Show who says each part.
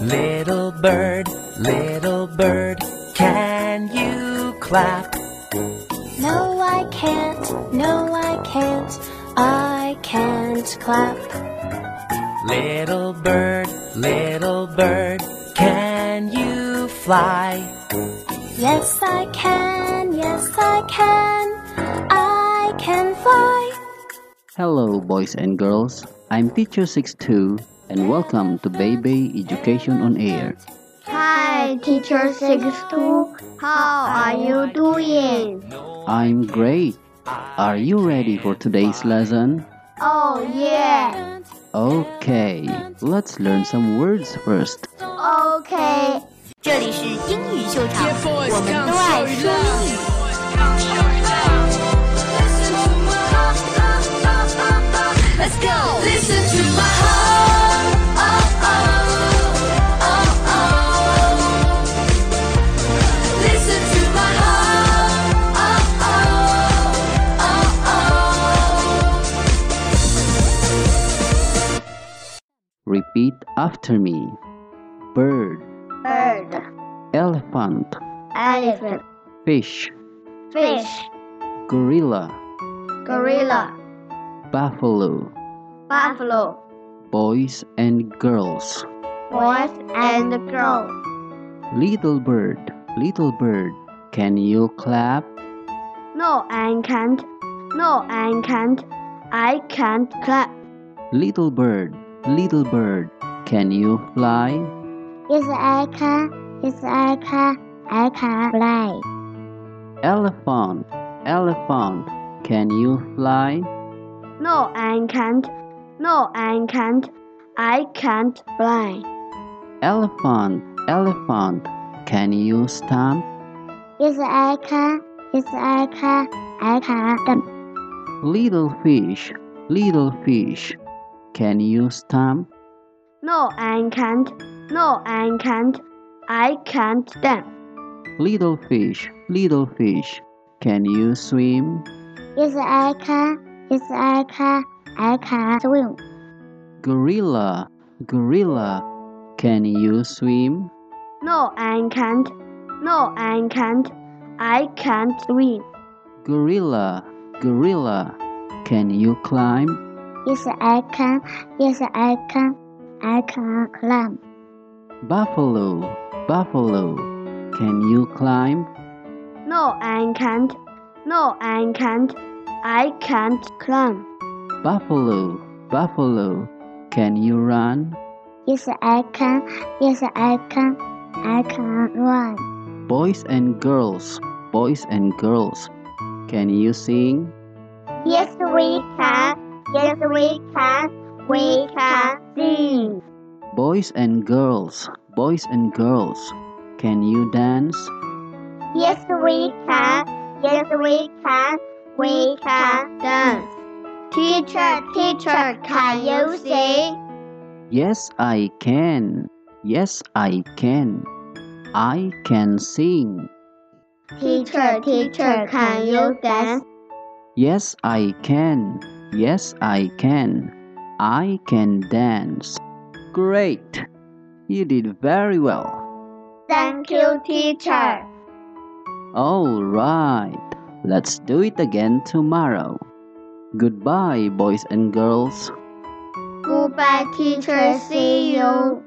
Speaker 1: Little bird, little bird, can you clap?
Speaker 2: No, I can't. No, I can't. I can't clap.
Speaker 1: Little bird, little bird, can you fly?
Speaker 2: Yes, I can. Yes, I can. I can fly.
Speaker 3: Hello, boys and girls. I'm Teacher 62, and welcome to Baby Education on Air.
Speaker 4: Hi, Teacher 62. How are you doing?
Speaker 3: I'm great. Are you ready for today's lesson?
Speaker 4: Oh, yeah.
Speaker 3: Okay, let's learn some words first.
Speaker 4: OK。
Speaker 5: 这里是英语秀场，我们都爱说英语。Let's go. Listen to my heart. Oh, oh, oh, oh. Listen to my heart. Oh, oh, oh, oh.
Speaker 3: Repeat after me bird,
Speaker 4: Bird,
Speaker 3: elephant,
Speaker 4: elephant,
Speaker 3: fish,
Speaker 4: fish,
Speaker 3: gorilla,
Speaker 4: gorilla,
Speaker 3: buffalo,
Speaker 4: buffalo,
Speaker 3: boys and girls,
Speaker 4: boys and girls.
Speaker 3: little bird, little bird. Can you clap?
Speaker 4: No, I can't. No, I can't. I can't clap.
Speaker 3: Little bird, little bird. Can you fly?
Speaker 4: Yes, I can. Yes, I can. I can fly.
Speaker 3: Elephant, elephant. Can you fly?
Speaker 4: No, I can't. No, I can't. I can't fly.
Speaker 3: Elephant, elephant, can you stamp?
Speaker 4: Yes, I can. Yes, I can. I can.
Speaker 3: Little fish, little fish, can you stamp?
Speaker 4: No, I can't. No, I can't. I can't dance.
Speaker 3: Little fish, little fish, can you swim?
Speaker 4: Yes, I can. Yes, I can. I can swim.
Speaker 3: Gorilla, gorilla, can you swim?
Speaker 4: No, I can't. No, I can't. I can't swim.
Speaker 3: Gorilla, gorilla, can you climb?
Speaker 4: Yes, I can. Yes, I can. I can climb.
Speaker 3: Buffalo, buffalo, can you climb?
Speaker 4: No, I can't. No, I can't. I can't climb.
Speaker 3: Buffalo, buffalo, can you run?
Speaker 4: Yes, I can. Yes, I can. I can run.
Speaker 3: Boys and girls, boys and girls, can you sing?
Speaker 4: Yes, we can. Yes, we can. We can sing.
Speaker 3: Boys and girls, boys and girls, can you dance?
Speaker 4: Yes, we can. Yes, we can. We can dance. Teacher, teacher, can you sing?
Speaker 3: Yes, I can. Yes, I can. I can sing.
Speaker 4: Teacher, teacher, can you dance?
Speaker 3: Yes, I can. Yes, I can. I can dance. Great! You did very well.
Speaker 4: Thank you, teacher.
Speaker 3: All right, let's do it again tomorrow. Goodbye, boys and girls.
Speaker 4: Goodbye, teacher. See you.